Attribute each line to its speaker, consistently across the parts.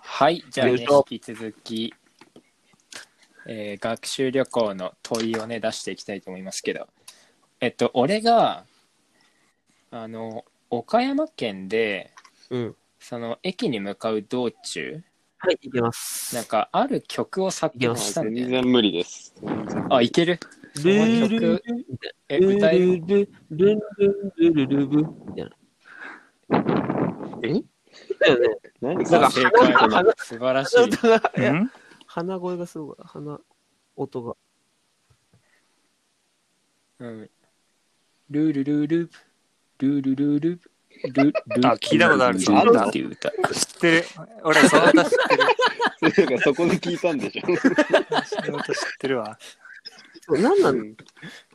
Speaker 1: はい、じゃあ、ね、
Speaker 2: よいしょ
Speaker 1: 引き続き、えー学習旅行の問いをね、出していきたいと思いますけど、えっと、俺が、あの、岡山県で、
Speaker 2: うん。
Speaker 1: その、駅に向かう道中、
Speaker 2: はい、いけます。
Speaker 1: なんか、ある曲を作曲したんだ
Speaker 3: 全
Speaker 1: よね。
Speaker 3: 然無理です。
Speaker 1: あ、いける
Speaker 2: ル
Speaker 1: の
Speaker 2: ー
Speaker 1: 曲
Speaker 2: ル
Speaker 1: え、
Speaker 2: ル
Speaker 1: 歌える
Speaker 2: ルルルルルルルルブみたいな。
Speaker 3: え
Speaker 2: だよね。
Speaker 3: 何
Speaker 2: なんか
Speaker 1: あ
Speaker 3: か
Speaker 1: 正
Speaker 2: 鼻
Speaker 1: 解
Speaker 2: が鼻
Speaker 1: 素晴らしい。
Speaker 2: 鼻がいや
Speaker 1: ん
Speaker 2: 鼻声がすごい。鼻音が。
Speaker 1: うん。ルールルーループ、ルールルーループ、ルールル
Speaker 4: あ聞いたことある
Speaker 1: ルールループっていう歌。
Speaker 4: 知ってる。俺、その歌知ってる。
Speaker 3: それがそこで聞いたんでしょ。
Speaker 4: その歌知ってるわ。
Speaker 2: そう何なの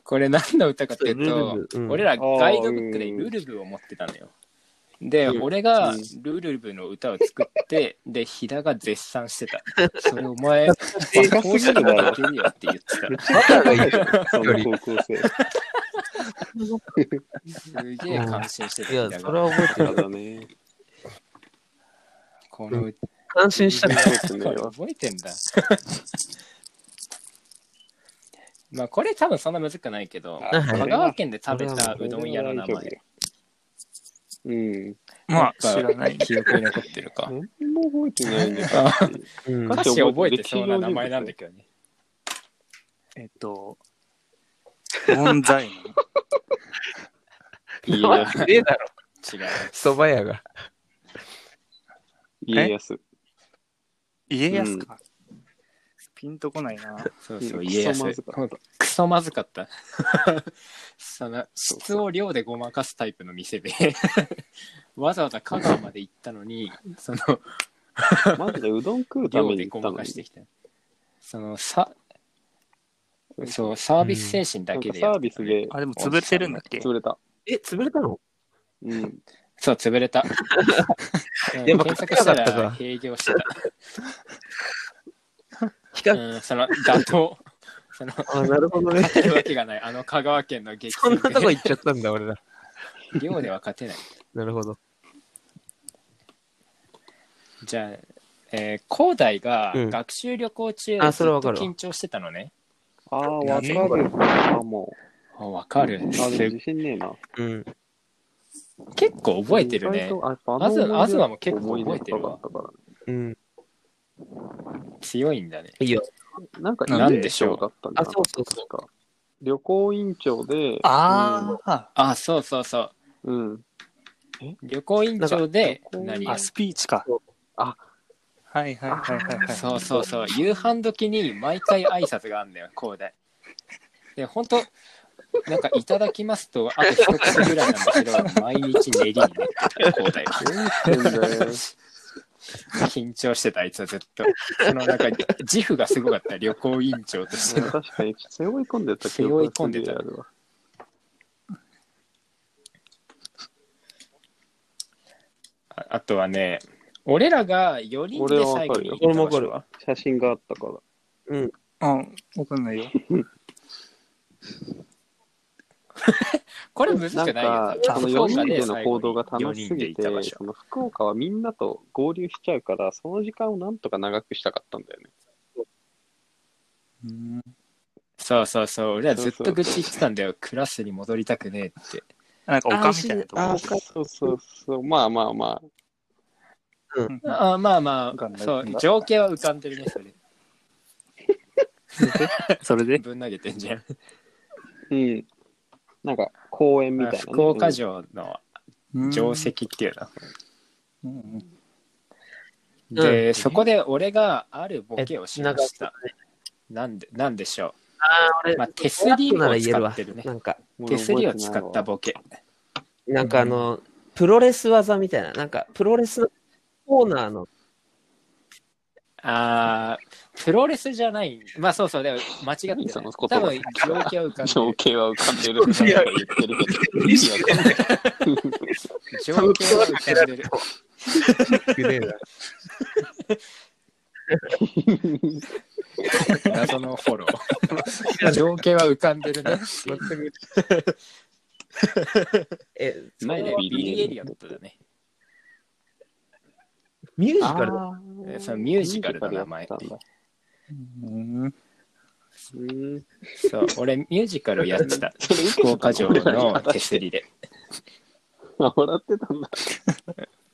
Speaker 1: これ何の歌かっていう
Speaker 2: そう
Speaker 1: と
Speaker 2: ルル、ブうん
Speaker 1: 俺らガイドブックでルルブを持ってたのよ。で、
Speaker 2: うん
Speaker 1: 俺が
Speaker 3: うん
Speaker 1: ルルブの歌を作 って、で、ひだが絶賛してた。それお前、
Speaker 3: でか
Speaker 1: こう
Speaker 3: す
Speaker 1: し
Speaker 3: ぎ
Speaker 1: た
Speaker 3: る
Speaker 1: ら
Speaker 3: だろ
Speaker 1: いけるよって言ってた。
Speaker 3: バカがいいじゃん、その高校生。
Speaker 1: すげえ感心してた
Speaker 2: い
Speaker 1: ヒ
Speaker 2: や、
Speaker 1: ダ
Speaker 2: それ
Speaker 1: が。
Speaker 2: は覚えてる。
Speaker 3: だね。
Speaker 1: この歌
Speaker 2: 感心した。
Speaker 1: これ覚えてんだ。 まあこれ多分そんなむずくないけど、
Speaker 3: あ
Speaker 1: 香川県で食べた
Speaker 3: う
Speaker 1: うどん屋の名前。。
Speaker 3: うん。
Speaker 4: まあ、
Speaker 1: やっ
Speaker 4: 知
Speaker 1: ぱ
Speaker 4: らない。
Speaker 1: 記憶に残ってるか。
Speaker 3: 何も覚えてないんだ
Speaker 2: うん
Speaker 1: 歌詞覚えてそうな名前なんだけどね。
Speaker 4: えっと、門在の。
Speaker 3: 家
Speaker 2: わけねえだろ。
Speaker 1: 違う。
Speaker 2: 蕎麦屋が。
Speaker 3: 家康。
Speaker 4: 家康か。ピンとこないな。
Speaker 1: そうそう、
Speaker 3: うん
Speaker 1: 家康
Speaker 3: クソまずかった。
Speaker 1: クソまずかった。 その質を量でごまかすタイプの店で、 わざわざ香川まで行ったのに、その
Speaker 3: マジでうどん食うた
Speaker 1: 量
Speaker 3: め
Speaker 1: で
Speaker 3: に
Speaker 1: ご
Speaker 3: 行った
Speaker 1: ま
Speaker 3: の
Speaker 1: かして
Speaker 3: に。
Speaker 1: きた。そのさ、そう、サービス精神だ
Speaker 3: なん
Speaker 1: け
Speaker 3: か
Speaker 1: でやっ
Speaker 3: サ
Speaker 1: た
Speaker 3: ービスで
Speaker 4: あ、でも潰れてるんだっけ
Speaker 3: 潰れた。
Speaker 2: え、潰れたの
Speaker 3: うん。
Speaker 1: そう、潰れた。うん
Speaker 2: やっぱ
Speaker 1: 検索した
Speaker 2: 食えなかった
Speaker 1: ら
Speaker 2: か
Speaker 1: 営業して
Speaker 2: 比
Speaker 1: た。
Speaker 2: 較。
Speaker 1: うん、その妥当。その、
Speaker 2: あ、なるほどね。
Speaker 1: 勝てるわけがない。あの香川県の激
Speaker 2: そんなとこ
Speaker 1: 戦
Speaker 2: 行っちゃったんだ、俺ら。
Speaker 1: で、量では勝てない。
Speaker 2: なるほど。
Speaker 1: じゃあ、えー、広大が
Speaker 2: うん
Speaker 1: 学習旅行中、
Speaker 2: あそれわかるわ
Speaker 1: 緊張してたのね。
Speaker 3: ああ、わかる。あ、も
Speaker 1: あわかる。
Speaker 3: う。あ、でも自信ねえな。
Speaker 2: うん。
Speaker 1: 結構覚えてるね。あず東も結構覚えてるわ。
Speaker 2: うん。
Speaker 1: 強いんだね。
Speaker 2: いいよ。
Speaker 3: なんか、
Speaker 1: なん
Speaker 3: で
Speaker 1: で
Speaker 3: し
Speaker 1: し
Speaker 3: ょ
Speaker 1: ょう
Speaker 3: うだったんだ
Speaker 2: あ、
Speaker 3: な。
Speaker 2: そうそうそう。
Speaker 3: か。旅行委員長で、
Speaker 4: ああ、
Speaker 1: あ、そうそうそう。
Speaker 3: うん。
Speaker 1: 旅行委員長で
Speaker 3: なんか
Speaker 1: 何
Speaker 4: あ、スピーチか。
Speaker 3: あ
Speaker 4: はいはいはいはいはい。
Speaker 1: そうそうそう。夕飯時に毎回挨拶があんだよ、広大。で、本当なんか、いただきますと、あと一口ぐらいなんだけど、毎日練りになってた、広大は。
Speaker 3: 何言ってんだよ。
Speaker 1: 緊張してた、あいつはずっと。その、なんか、自負がすごかった、旅行委員長としての。
Speaker 3: 確かに、背負い込んでた
Speaker 1: 背負い込んでた
Speaker 3: 記憶がすげえあるわ
Speaker 1: ああとはね、俺らが4人で最後に行った
Speaker 2: 俺は
Speaker 1: 場
Speaker 2: わか
Speaker 1: 所
Speaker 2: るよ
Speaker 1: は
Speaker 3: 写真があったから。
Speaker 4: うん、わかんないよ。
Speaker 1: これ難しくないよ。
Speaker 3: なん
Speaker 1: 多
Speaker 3: か、
Speaker 1: 分
Speaker 3: その
Speaker 1: 福
Speaker 3: 4
Speaker 1: 岡
Speaker 3: 人
Speaker 1: で
Speaker 3: での行動が楽しす
Speaker 1: 四人で
Speaker 3: ぎ
Speaker 1: 行
Speaker 3: て
Speaker 1: った場、所
Speaker 3: その福岡はみんなと合流しちゃうから、その時間をなんとか長くしたかったんだよね。
Speaker 4: うん
Speaker 1: そうそうそう、俺らずっと愚痴言ってたんだよ。クラスに戻りたくねえって。
Speaker 4: なんか丘みたいなとこ。
Speaker 3: ああ、そうそうそう。まあまあまあ。
Speaker 4: うん
Speaker 1: あまあま
Speaker 4: 浮かん
Speaker 1: あ、
Speaker 4: だ
Speaker 1: そう、情景は浮かんでるね、それ。
Speaker 4: それで
Speaker 1: ぶん投げてんじゃん。
Speaker 3: うん。なんか、公園みたいなね、
Speaker 1: 福岡城の城石っていうの。
Speaker 4: うんうん
Speaker 1: で、
Speaker 2: うん
Speaker 1: そこで俺があるボケをしまし
Speaker 2: え
Speaker 1: た。なんで、なんでしょ
Speaker 2: あー、俺
Speaker 1: う。まあ、手すりを
Speaker 2: なら言える
Speaker 1: 使
Speaker 2: わ
Speaker 1: ってるね。
Speaker 2: なんか、
Speaker 3: うん。
Speaker 1: 手すりを使ったボケ。
Speaker 2: なんかあの、プロレス技みたいな、なんか、プロレスのコーナーの、
Speaker 1: あープロレスじゃない。まあそうそう、でも間違ってない。
Speaker 3: その
Speaker 1: 多
Speaker 3: 言葉
Speaker 1: 分、情景は浮かんで
Speaker 3: 情
Speaker 1: る。
Speaker 3: 景は浮かんでるってなんか言 ってるけど、意味わかんない。
Speaker 1: 情景は浮かんでる。謎のフォロー。情景は浮かんでるね。
Speaker 2: え、
Speaker 1: 前で
Speaker 3: そう
Speaker 1: ビリー・エリオットだね。
Speaker 2: ミュージカルだ
Speaker 3: あー
Speaker 1: えそのミュージカルの名前
Speaker 3: ミュージカルやったんだ
Speaker 4: うん。
Speaker 3: うん。
Speaker 1: そう俺ミュージカルやってた
Speaker 3: それ受けて
Speaker 1: 福
Speaker 3: た
Speaker 1: 岡城の手すりで
Speaker 3: あ 笑ってたんだ。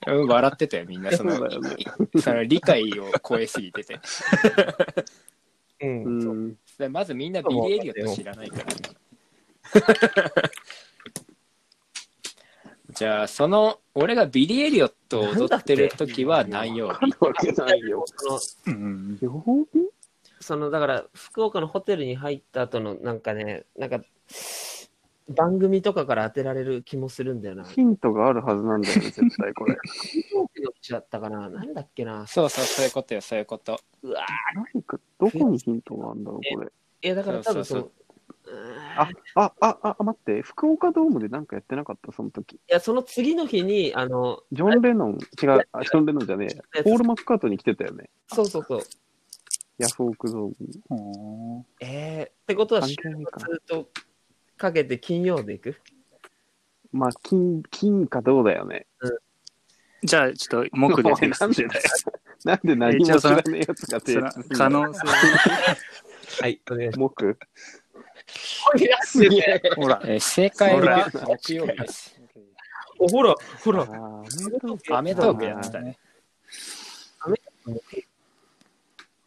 Speaker 1: うん笑ってたよみんなそ
Speaker 3: そう
Speaker 1: の
Speaker 3: だよね
Speaker 1: その理解を超えすぎてて
Speaker 2: う。
Speaker 3: うんん。
Speaker 1: でまずみんなビリー・エリオット知らないから。 じゃあ、その、俺がビリー・エリオットを踊ってる時は何曜
Speaker 3: あるわけない よ。
Speaker 2: その
Speaker 4: うん。
Speaker 3: 曜日
Speaker 2: そのだから福岡のホテルに入った後のなんかねなんか番組とかから当てられる気もするんだよ な。
Speaker 3: ヒントがあるはずなんだよね、絶対これ。
Speaker 2: 飛行機の口だったかななんだっけな
Speaker 1: 日そうそう、そういうことよ、そういうこと。
Speaker 2: うわー
Speaker 3: 何か、どこにヒントがあるんだろう、これ。
Speaker 2: いやだから多分その
Speaker 1: そう
Speaker 2: うーん
Speaker 3: あ、あ、あ、あ、待って、福岡ドームでなんかやってなかった、その時。
Speaker 2: いやその次の日にあの
Speaker 3: ジョン・レノン、違う、あジョン・レノンじゃねえ、ポール・マッカートに来てたよね。
Speaker 2: そうそうそう
Speaker 3: ヤフオクドームに。
Speaker 4: うん
Speaker 2: えー、ってことは
Speaker 3: 関
Speaker 2: 週
Speaker 3: 係ないかな
Speaker 2: 末とかけて金曜で行く
Speaker 3: まあ、金、金かどうだよね。
Speaker 4: じゃあ、ちょっと、目で
Speaker 3: おい
Speaker 4: 提
Speaker 3: なん
Speaker 4: 出し
Speaker 3: で
Speaker 4: て
Speaker 3: だよ。なんで何も知らねえやつが提
Speaker 4: その
Speaker 3: 出す
Speaker 4: 可
Speaker 3: るの
Speaker 4: 能性。
Speaker 2: はいお願いし
Speaker 3: 木
Speaker 2: ます
Speaker 4: ほら。
Speaker 1: えー正解
Speaker 4: それ
Speaker 1: は木曜日です。
Speaker 2: おほらほら
Speaker 3: あ
Speaker 1: アメトークやってたね。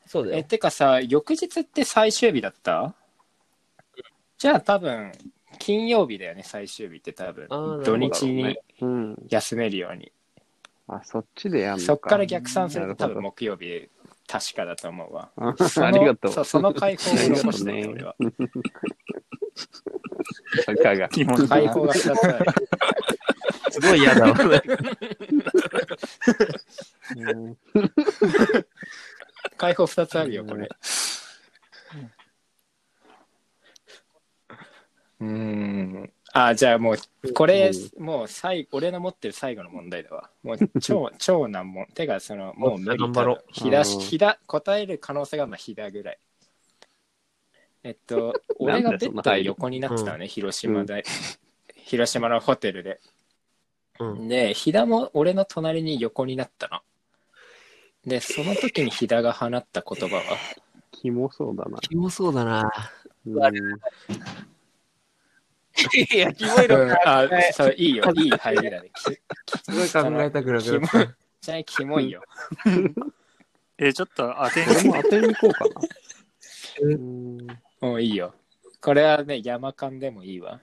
Speaker 2: そうだ
Speaker 1: え、
Speaker 2: よ
Speaker 1: てかさ、翌日って最終日だったじゃあ多分、金曜日だよね、最終日って多分
Speaker 2: あーなるほ。ど
Speaker 1: 土日に
Speaker 3: ーうん。
Speaker 1: 休めるように。
Speaker 3: あ、そっちでやんのか。
Speaker 1: そっから逆算すると多分
Speaker 3: なる
Speaker 1: 木曜日確かだと思うわ。
Speaker 3: ほど
Speaker 1: そ
Speaker 3: あ
Speaker 1: の
Speaker 3: ありがとう。
Speaker 1: そうその解放を残してい
Speaker 3: あ
Speaker 1: た
Speaker 3: り
Speaker 1: 俺
Speaker 3: が
Speaker 1: は。
Speaker 3: バカが。
Speaker 4: 疑問
Speaker 1: 解放が2つあ る。
Speaker 2: すごい嫌だわ
Speaker 3: うん
Speaker 1: 解放2つあるよ、これ。うーん。あ、じゃあもう、これ、もう最、俺の持ってる最後の問題だわ。もう、超、 超難問。てか、その、もう無理。
Speaker 2: 頑張ろう
Speaker 1: ひだ
Speaker 3: う
Speaker 1: し、
Speaker 3: ん
Speaker 1: ひだ、答える可能性がまあひだぐらい。えっと、
Speaker 3: な
Speaker 1: 俺
Speaker 3: んだよ
Speaker 1: がベッドに横になってたのね、広島で、 広島のホテルで。
Speaker 2: うん
Speaker 1: で、ひだも俺の隣に横になったの。で、その時にひだが放った言葉は、
Speaker 3: キモそうだな。
Speaker 2: キモそうだな
Speaker 3: うん
Speaker 2: いやキモいの
Speaker 1: うんあ、そう、いいよ、いい入りだね。き
Speaker 2: すごい考えたくな
Speaker 1: キモ
Speaker 2: くなっ
Speaker 1: い
Speaker 2: た。
Speaker 1: じゃあ、キモいよ。
Speaker 4: え、ちょっと当てに
Speaker 3: 俺も当てに行こうかな。
Speaker 2: う
Speaker 3: うん
Speaker 1: もういいよ。これはね、山間でもいいわ。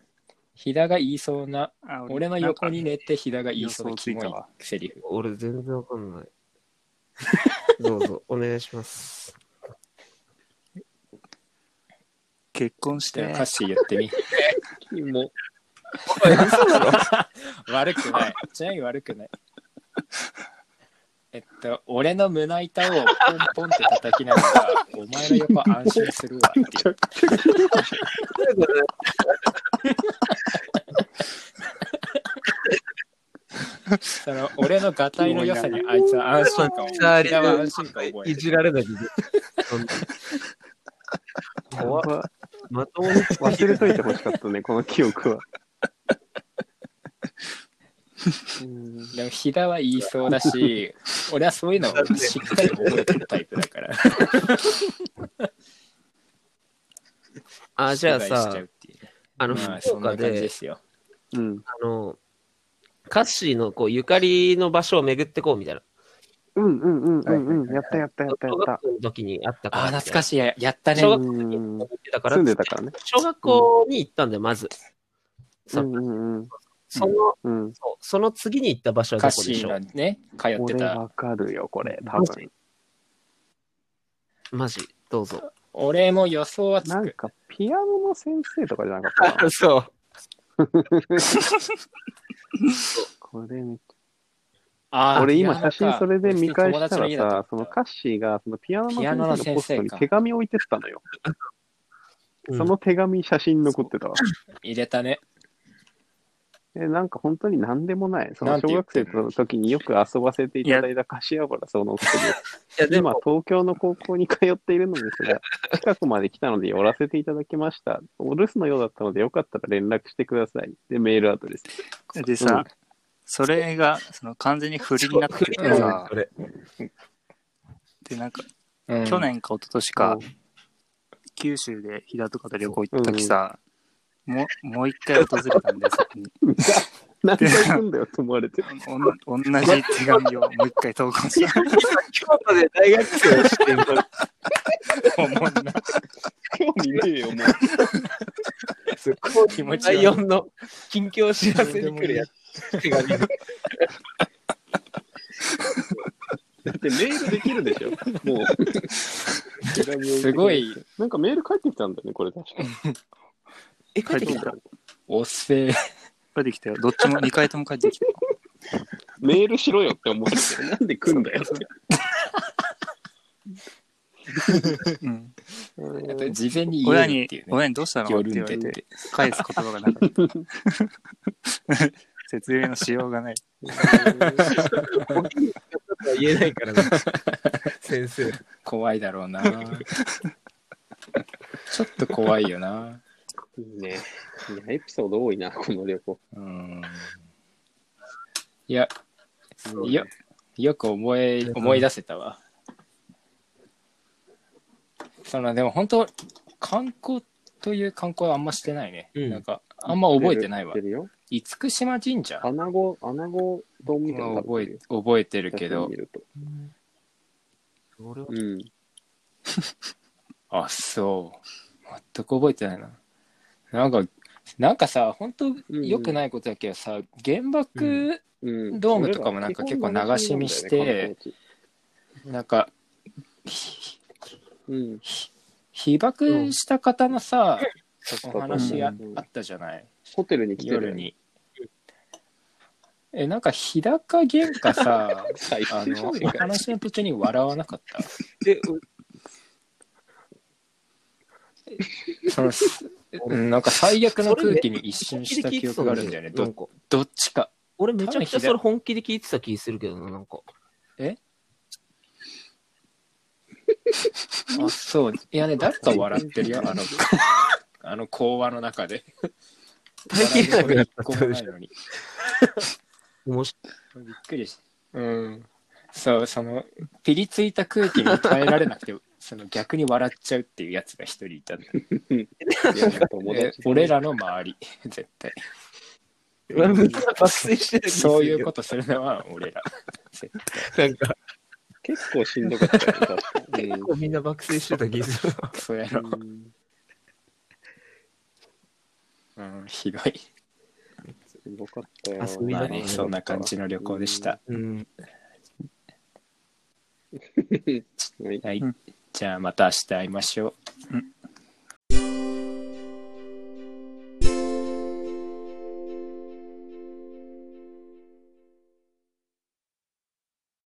Speaker 1: ひだが言いそうな、
Speaker 4: あ
Speaker 1: 俺の横に寝てひだが言いそうな
Speaker 4: 予想つ
Speaker 1: キ
Speaker 4: い
Speaker 1: モ
Speaker 4: た
Speaker 1: い
Speaker 4: わ
Speaker 1: セリフ。
Speaker 2: 俺全然わかんない。どうぞ、お願いします。
Speaker 4: 結婚し
Speaker 1: じゃあ、
Speaker 4: て
Speaker 1: 歌、詞言ってみ。
Speaker 3: キモ。
Speaker 1: 悪くない。ちなみに悪くない。えっと、俺の胸板をポンポンって叩きながら、お前の横安心するわっていう。その俺のガタイの良さにあいつは安心感を、
Speaker 2: そう
Speaker 1: 平は安心感を覚え
Speaker 2: い
Speaker 1: る。
Speaker 2: じられない。怖っ
Speaker 3: 怖っ
Speaker 2: まともに
Speaker 3: 忘れといてほしかったね、この記憶は。うん
Speaker 1: でも、ひだは言いそうだ し、俺はそういうのをしっかり覚えてるタイプだから。
Speaker 2: あ、じゃあ
Speaker 1: 覆し
Speaker 2: さ
Speaker 1: ちゃう、っていうね
Speaker 2: あの、
Speaker 1: まあ、
Speaker 2: 福
Speaker 1: そん
Speaker 2: 岡
Speaker 1: な感じで
Speaker 2: です
Speaker 1: よ。
Speaker 3: うん。
Speaker 2: あの、カッシーのこうゆかりの場所を巡ってこうみたいな。
Speaker 3: うんうんうんうん
Speaker 4: は
Speaker 3: うん。
Speaker 4: い
Speaker 3: やったやったやったや
Speaker 2: 小
Speaker 3: っ
Speaker 2: 学
Speaker 3: た。
Speaker 2: 校の時にあったから。
Speaker 1: ああ、懐か
Speaker 2: しい。
Speaker 1: しい。ややったね。
Speaker 2: 小
Speaker 1: う
Speaker 2: 学校の時に行ってたから
Speaker 3: 住ん、でたからね。
Speaker 2: 小学校に行ったんだよ、まず。
Speaker 3: う
Speaker 2: そ
Speaker 3: んうんうん
Speaker 2: その、
Speaker 3: うん。
Speaker 2: そうその次に行った場所は
Speaker 1: 歌
Speaker 2: どこで
Speaker 1: 詞
Speaker 2: しょ
Speaker 1: の
Speaker 2: う
Speaker 1: ね、通って
Speaker 3: 俺
Speaker 1: た。
Speaker 3: わかるよ、これ。多分。
Speaker 2: マジ、どうぞ。。
Speaker 1: 俺も予想はつ
Speaker 3: なん
Speaker 1: く。
Speaker 3: か、ピアノの先生とかじゃなかったな
Speaker 2: そう。
Speaker 3: これめっち
Speaker 1: あ
Speaker 3: ゃ
Speaker 1: ー
Speaker 3: 俺今
Speaker 1: ピアノ
Speaker 3: 写
Speaker 1: か
Speaker 3: 真それで見返した
Speaker 1: 友達の家
Speaker 3: ら
Speaker 1: だ
Speaker 3: さ
Speaker 1: っ、た
Speaker 3: そのカッシーがそのピアノの先生のポストに手紙置いてったのよ。
Speaker 2: うん
Speaker 3: その手紙写真残ってたわ。
Speaker 1: 入れたね。
Speaker 3: え、なんか本当に何でもない。そ
Speaker 1: な
Speaker 3: の
Speaker 1: んて
Speaker 3: 小
Speaker 1: 言っ
Speaker 3: 学
Speaker 1: て
Speaker 3: 生
Speaker 1: んの
Speaker 3: の時によく遊ばせていただいた柏原その送
Speaker 2: いや、
Speaker 3: り。
Speaker 2: で
Speaker 3: 今
Speaker 2: も、、
Speaker 3: 東京の高校に通っているのですが、近くまで来たので寄らせていただきました。お留守のようだったので、よかったら連絡してください。で、メールアドレス。
Speaker 4: で
Speaker 3: うん
Speaker 4: さ、それが、その完全に振りになってるからさ、
Speaker 2: それ
Speaker 4: で、なんか、
Speaker 1: うん
Speaker 4: 去年か一昨年か
Speaker 3: う、
Speaker 4: 九州で飛騨とかと旅行行った時さ、ももう一回訪れたんで、そ こに。
Speaker 3: 何回行くんだよと思われてる。
Speaker 4: おん同じ手紙をもう一回投稿した。
Speaker 2: 京都で大学生をしてる。
Speaker 3: 興味ねえよ、も
Speaker 1: すっごい気持ち悪い
Speaker 2: 4の近 況知らせに来るやつ。手紙の
Speaker 3: う。だってメールできるでしょ。もう。
Speaker 1: すご。い
Speaker 3: なんかメール返ってきたんだよね、これ確か。
Speaker 2: え、帰ってき
Speaker 4: 帰
Speaker 2: た
Speaker 4: っ
Speaker 1: 遅え
Speaker 4: 帰ってきたよ。どっちも、2回とも帰ってきた。
Speaker 3: メールしろよって思われてる。なんで来んだよ。
Speaker 4: うん。
Speaker 1: 事前に言
Speaker 4: 親
Speaker 1: える
Speaker 4: に
Speaker 1: ってい、うね
Speaker 4: 親にどうしたの
Speaker 1: 寄
Speaker 4: って
Speaker 1: る
Speaker 4: 言
Speaker 1: ん
Speaker 4: わ
Speaker 1: で
Speaker 4: れ、
Speaker 1: って
Speaker 4: 返す言葉がなかった。 説明のしようがない。
Speaker 2: 言えないか らね。先生。
Speaker 1: 怖いだろう なちょっと怖いよない
Speaker 3: いね。いや、エピソード多いな、この旅行。
Speaker 1: うんいやよよく思い思い出せたわそのでも本当観光という観光はあんましてないね、
Speaker 2: うん
Speaker 1: なんかあんま覚えてないわ
Speaker 3: 知ってるよ。
Speaker 1: 厳島神社は
Speaker 3: 穴子、穴子丼みたいなの食
Speaker 1: 覚
Speaker 3: べ
Speaker 1: え
Speaker 3: てるよ。
Speaker 1: 覚えてるけ
Speaker 3: 写真
Speaker 1: ど
Speaker 3: 見ると
Speaker 2: 俺は
Speaker 3: うん。
Speaker 1: あそう全く覚えてないななんかなんかさ本当
Speaker 3: ん
Speaker 1: 良くないことだけどさ原爆、
Speaker 2: う
Speaker 3: うん
Speaker 1: ドームとかもなんか結構流し見して、なんかひ
Speaker 3: うん、
Speaker 1: 被爆した方のさ、お話あ,、
Speaker 3: うん
Speaker 1: あったじゃない
Speaker 3: ホテルに来てる
Speaker 1: 夜に。えなんか日高玄かさ
Speaker 3: 最
Speaker 1: あ
Speaker 3: 初
Speaker 1: のお話の途中に笑わなかった
Speaker 2: で、
Speaker 1: そ のすなんか最悪の空気に一瞬した記憶があるんだよね
Speaker 2: なん
Speaker 1: ど
Speaker 2: か
Speaker 1: どっちか
Speaker 2: 俺めちゃくちゃそれ本気で聞いてた気するけどな、なんか。
Speaker 1: あそういやね誰か笑ってるよあのあの講話の中で
Speaker 2: 耐えきれなくなったってこ
Speaker 1: 笑うとこ一個
Speaker 2: とで
Speaker 1: もな
Speaker 2: し
Speaker 1: いのに
Speaker 2: ょ。もし
Speaker 1: びっくりしうんそうそのピリついた空気に耐えられなくて その逆に笑っちゃうっていうやつが一人いた んだよえ俺らの周り 絶対
Speaker 2: 抜粋してた気するよ
Speaker 1: そういうことするのは 俺ら絶
Speaker 2: なんか、
Speaker 3: 結構しんどかったよ確か に
Speaker 2: 結構みんな爆睡してた気する。
Speaker 1: 対クソや
Speaker 3: う
Speaker 1: ろ、
Speaker 3: ん
Speaker 1: うん、ひ どい
Speaker 3: すごかったよ
Speaker 2: 遊び
Speaker 1: ま
Speaker 2: だ
Speaker 1: あねそんな感じの旅行でした、
Speaker 4: Mm.
Speaker 2: うん。
Speaker 3: うんはい
Speaker 1: はい
Speaker 4: うん
Speaker 1: じゃあまた明日会いましょう